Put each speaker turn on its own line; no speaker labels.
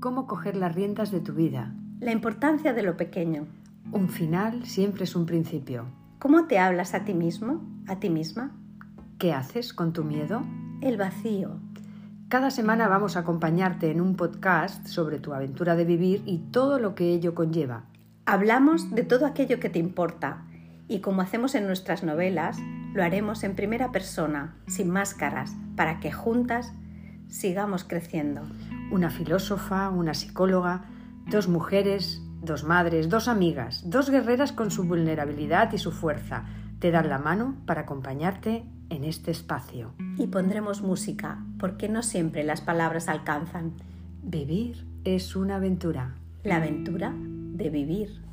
cómo coger las riendas de tu vida.
La importancia de lo pequeño.
Un final siempre es un principio.
¿Cómo te hablas a ti mismo, a ti misma?
¿Qué haces con tu miedo?
El vacío.
Cada semana vamos a acompañarte en un podcast sobre tu aventura de vivir y todo lo que ello conlleva.
Hablamos de todo aquello que te importa y como hacemos en nuestras novelas, lo haremos en primera persona, sin máscaras, para que juntas sigamos creciendo.
Una filósofa, una psicóloga, dos mujeres, dos madres, dos amigas, dos guerreras con su vulnerabilidad y su fuerza, te dan la mano para acompañarte en este espacio.
Y pondremos música, porque no siempre las palabras alcanzan.
Vivir es una aventura.
La aventura de vivir.